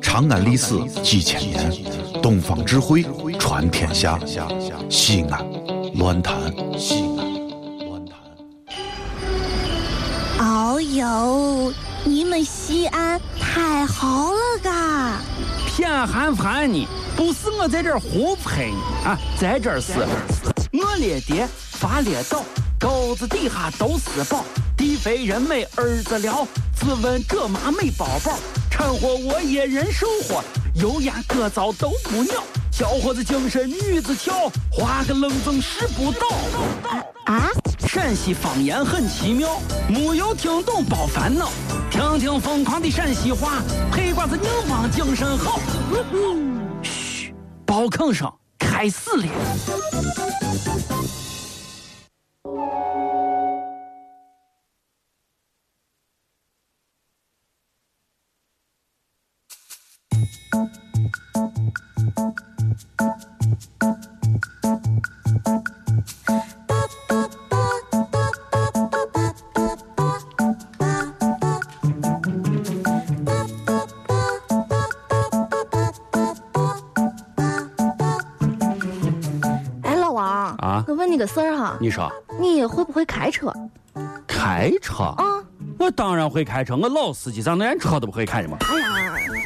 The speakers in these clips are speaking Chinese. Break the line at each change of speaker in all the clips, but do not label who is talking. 长安历史几千年，东方智慧传天下。西安，乱谈西安，乱谈。
哦呦，你们西安太好了嘎！
偏寒寒你，不是我在这儿胡喷你啊，在这儿是，啊我列爹发列倒，沟子底下都是宝，地肥人美儿子了，自问这妈美宝宝，掺和我也人生活，油盐各糟都不尿，小伙子精神女子俏，花个愣风使不倒。
啊，
陕西方言很奇妙，没有听懂别烦恼，听听疯狂的陕西话，黑瓜子硬邦精神好。嘘，包吭声开始了。
哎，老王
啊
我问你个事儿哈，
你说
你会不会开车？
开车？
啊，
我当然会开车，我老司机，咱连车都不会开嘛。
哎呀，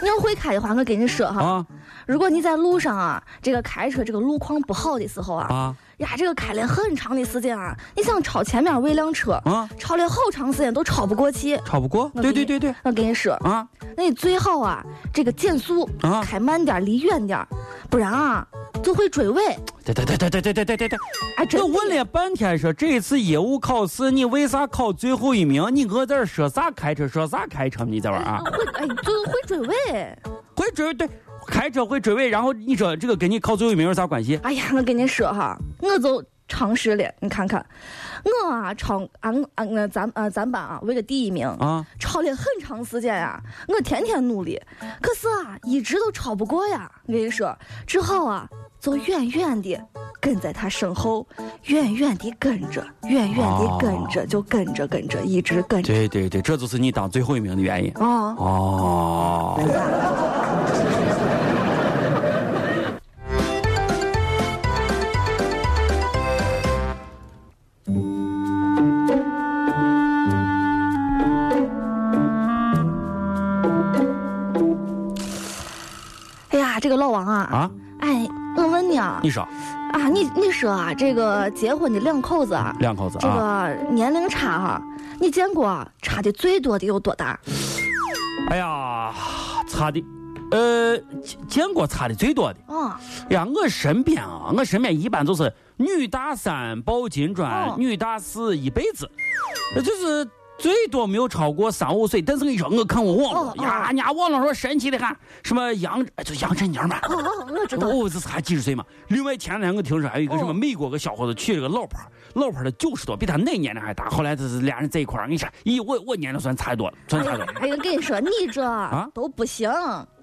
你要会开的话，我跟你说哈，
啊
如果你在路上啊，这个开车这个路况不好的时候啊，
啊
呀，这个开了很长的时间啊，你想超前面位辆车，
啊，
超了好长时间都超不过去。
超不过？
我
对
给
对对
你
对。
我跟你说，
啊，
那你最好啊，这个减速
啊
开慢点儿，离远点儿，不然啊就会追尾。
对对对对对对对对对对。
哎，真
我
的
问了半天说这次业务考试你为啥考最后一名？你搁这儿说啥开车说啥开车？你在玩啊？
会哎，就是会追尾。
会追对，开车会追尾，然后你说这个跟你考最后一名有啥关系？
哎呀，我跟你说哈，我就尝试了，你看看，我啊超俺俺俺咱呃咱班啊为了第一名，
啊，
超了很长时间呀、我天天努力，可是啊一直都超不过呀。我跟你说，之后啊就远远的跟在他身后，远远的跟着，远远的跟着，就跟着跟着，一直跟着。
对对对，这就是你当最后一名的原因。
哦，
哦，
哎呀，这个老王啊，
啊，
哎，我问你啊，
你说
啊，你你说啊，这个结婚的两口子啊，
两口子
这
啊，
个年龄差哈、你见过差的最多的有多大？
哎呀，差的，呃，见见过差的最多的。
啊、
呀，我身边啊，我身边一般就是女大三抱金
哦
砖，女大四一辈子，呃就是最多没有超过三五岁。但是我跟你说，我看过网
哦
络
哦
呀，人家网络说神奇的很，什么杨哎就杨振宁嘛。
哦哦，我知道。
哦，这是还几十岁嘛？另外前两天我听说还有一个什
哦
么美国个小伙子娶了个老婆儿，老婆儿的九十多，比他那年龄还大。后来这是俩人在一块儿，我跟你说，咦，我我年龄算差得多了，算差得多了，
哎呀，跟你说，你这
啊
都不行，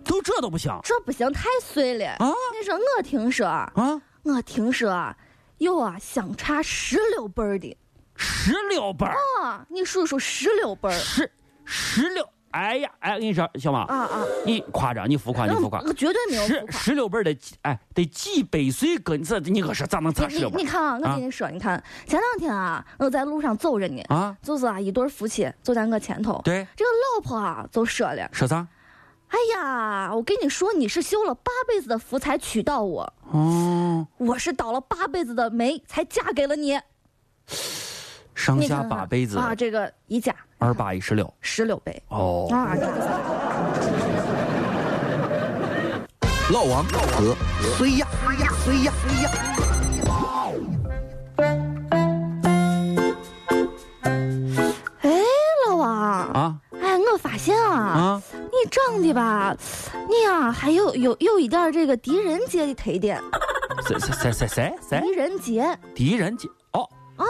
都这都不行啊
这不行，太碎了。你说我听说，
啊！
我听说有啊，相差十六辈儿的
十六班儿，
啊，你数数十六辈儿
十十六，哎呀，哎，我跟你说，小马，
啊啊，
你夸张，你浮夸，你浮夸
我。我绝对没有
十
浮夸。
十六辈儿的几，哎，得几百岁跟这，你可说咋能差
你
十六
你
辈
你
儿
看啊，我
啊
跟你说，你看前两天啊，我在路上走着呢，
啊？
就是啊，一对儿夫妻走在我前头，
对，
这个老婆啊就说了。
说啥？
哎呀，我跟你说，你是修了八辈子的福才娶到我，
哦，
我是倒了八辈子的霉才嫁给了你。
上
你
下
看看
八辈子，
啊，这个一嫁
二八一十六。
十六倍
哦，
啊，这个
老王和谁呀？谁呀？谁呀？
哎，老王，
啊
哎，我发现啊，
啊，
你长得吧，你呀、还有有有一点这个狄仁杰的特点，
谁谁谁谁谁谁？
狄仁杰啊，
狄仁杰哦，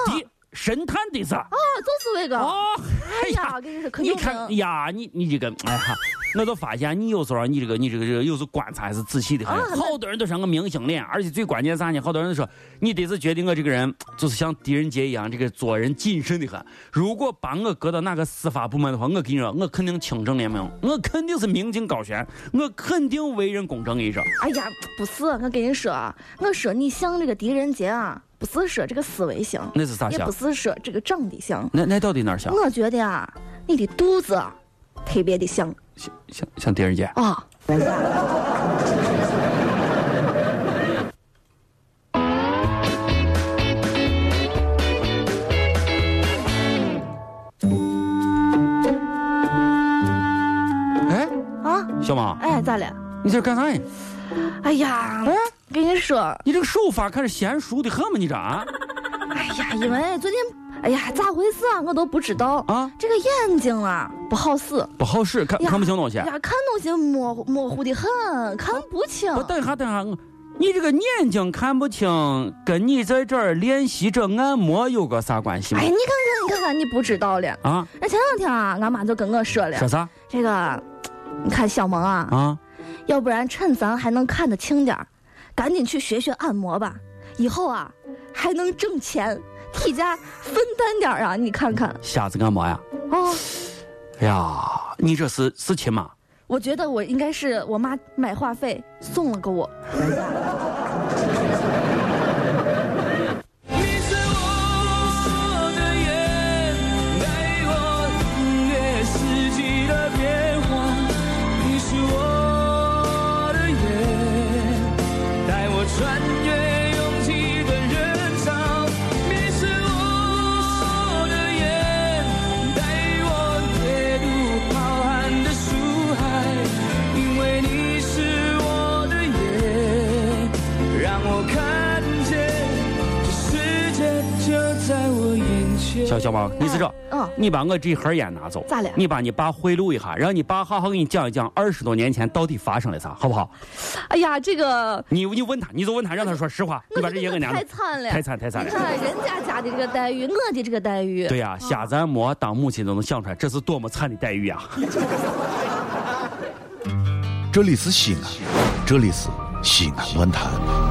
狄神探的是
就是这个，
哦，
哎呀，我跟你说，可
你
有
看
名，
呀，你你这个，哎呀，我就发现你有时候你这个你这个这个有时候观察还是仔细的很。
啊那
好多人都说我明星脸，而且最关键啥呢？好多人都说你得是觉得我这个人就是像狄仁杰一样，这个做人谨慎的很。如果把我搁到哪个司法部门的话，我跟你说，我肯定清正廉明，我肯定是明镜高悬，我肯定为人公正。我跟你说，
哎呀，不是，我跟你说啊，我说你像这个狄仁杰啊，不是说这个思维像，
那是啥
也
像
不？是说这个长得像，
那那到底哪儿像？
我觉得啊，你的肚子啊特别的像
像像像狄仁杰？
啊。
哎，
啊，
小马，
哎，咋了？
你这干啥呀？
哎呀，
嗯
跟你说，
你这个手法可是娴熟的很嘛，你这啊
哎呀，因为最近，哎呀，咋回事啊？我都不知道。
啊
这个眼睛啊，不好使，
不好使，看
呀
看不清东西。
呀，看东西模糊模糊的很，看不清。
不，等一下，等一下，我你这个眼睛看不清，跟你在这儿练习这按摩有个啥关系吗
哎，？你看看，你看看，你不知道了。
啊，
那前两天啊，俺妈就跟我说了
说，啥
这个，你看小萌啊，
啊？
要不然趁咱还能看得清点儿，赶紧去学学按摩吧，以后啊还能挣钱，替家分担点儿啊。你看看
瞎子按摩呀？
哦，
哎呀，你这是是亲妈？
我觉得我应该是我妈买话费送了给我。
你是我的眼，带我领略四季的变化。你是我的眼，带我穿越拥挤的人潮。你是我的眼，带我阅读浩瀚的书海，因为你是我的眼。让我看见这世界就在我眼前。
小小猫，你是这？
嗯，
你把我这盒烟拿走，
咋了
你把你爸贿赂一下，让你爸好好给你讲一讲二十多年前到底发生了啥，好不好？
哎呀，这个
你你问他，你就问他，让他说实话。
我
你把这烟给拿
太
走，
惨了，
太惨太惨
你
了。
看人家家的这个待遇，我的这个待遇，
对呀、瞎子按摩当母亲都能想出来，这是多么惨的待遇啊！
这里是西安，这里是西安论坛。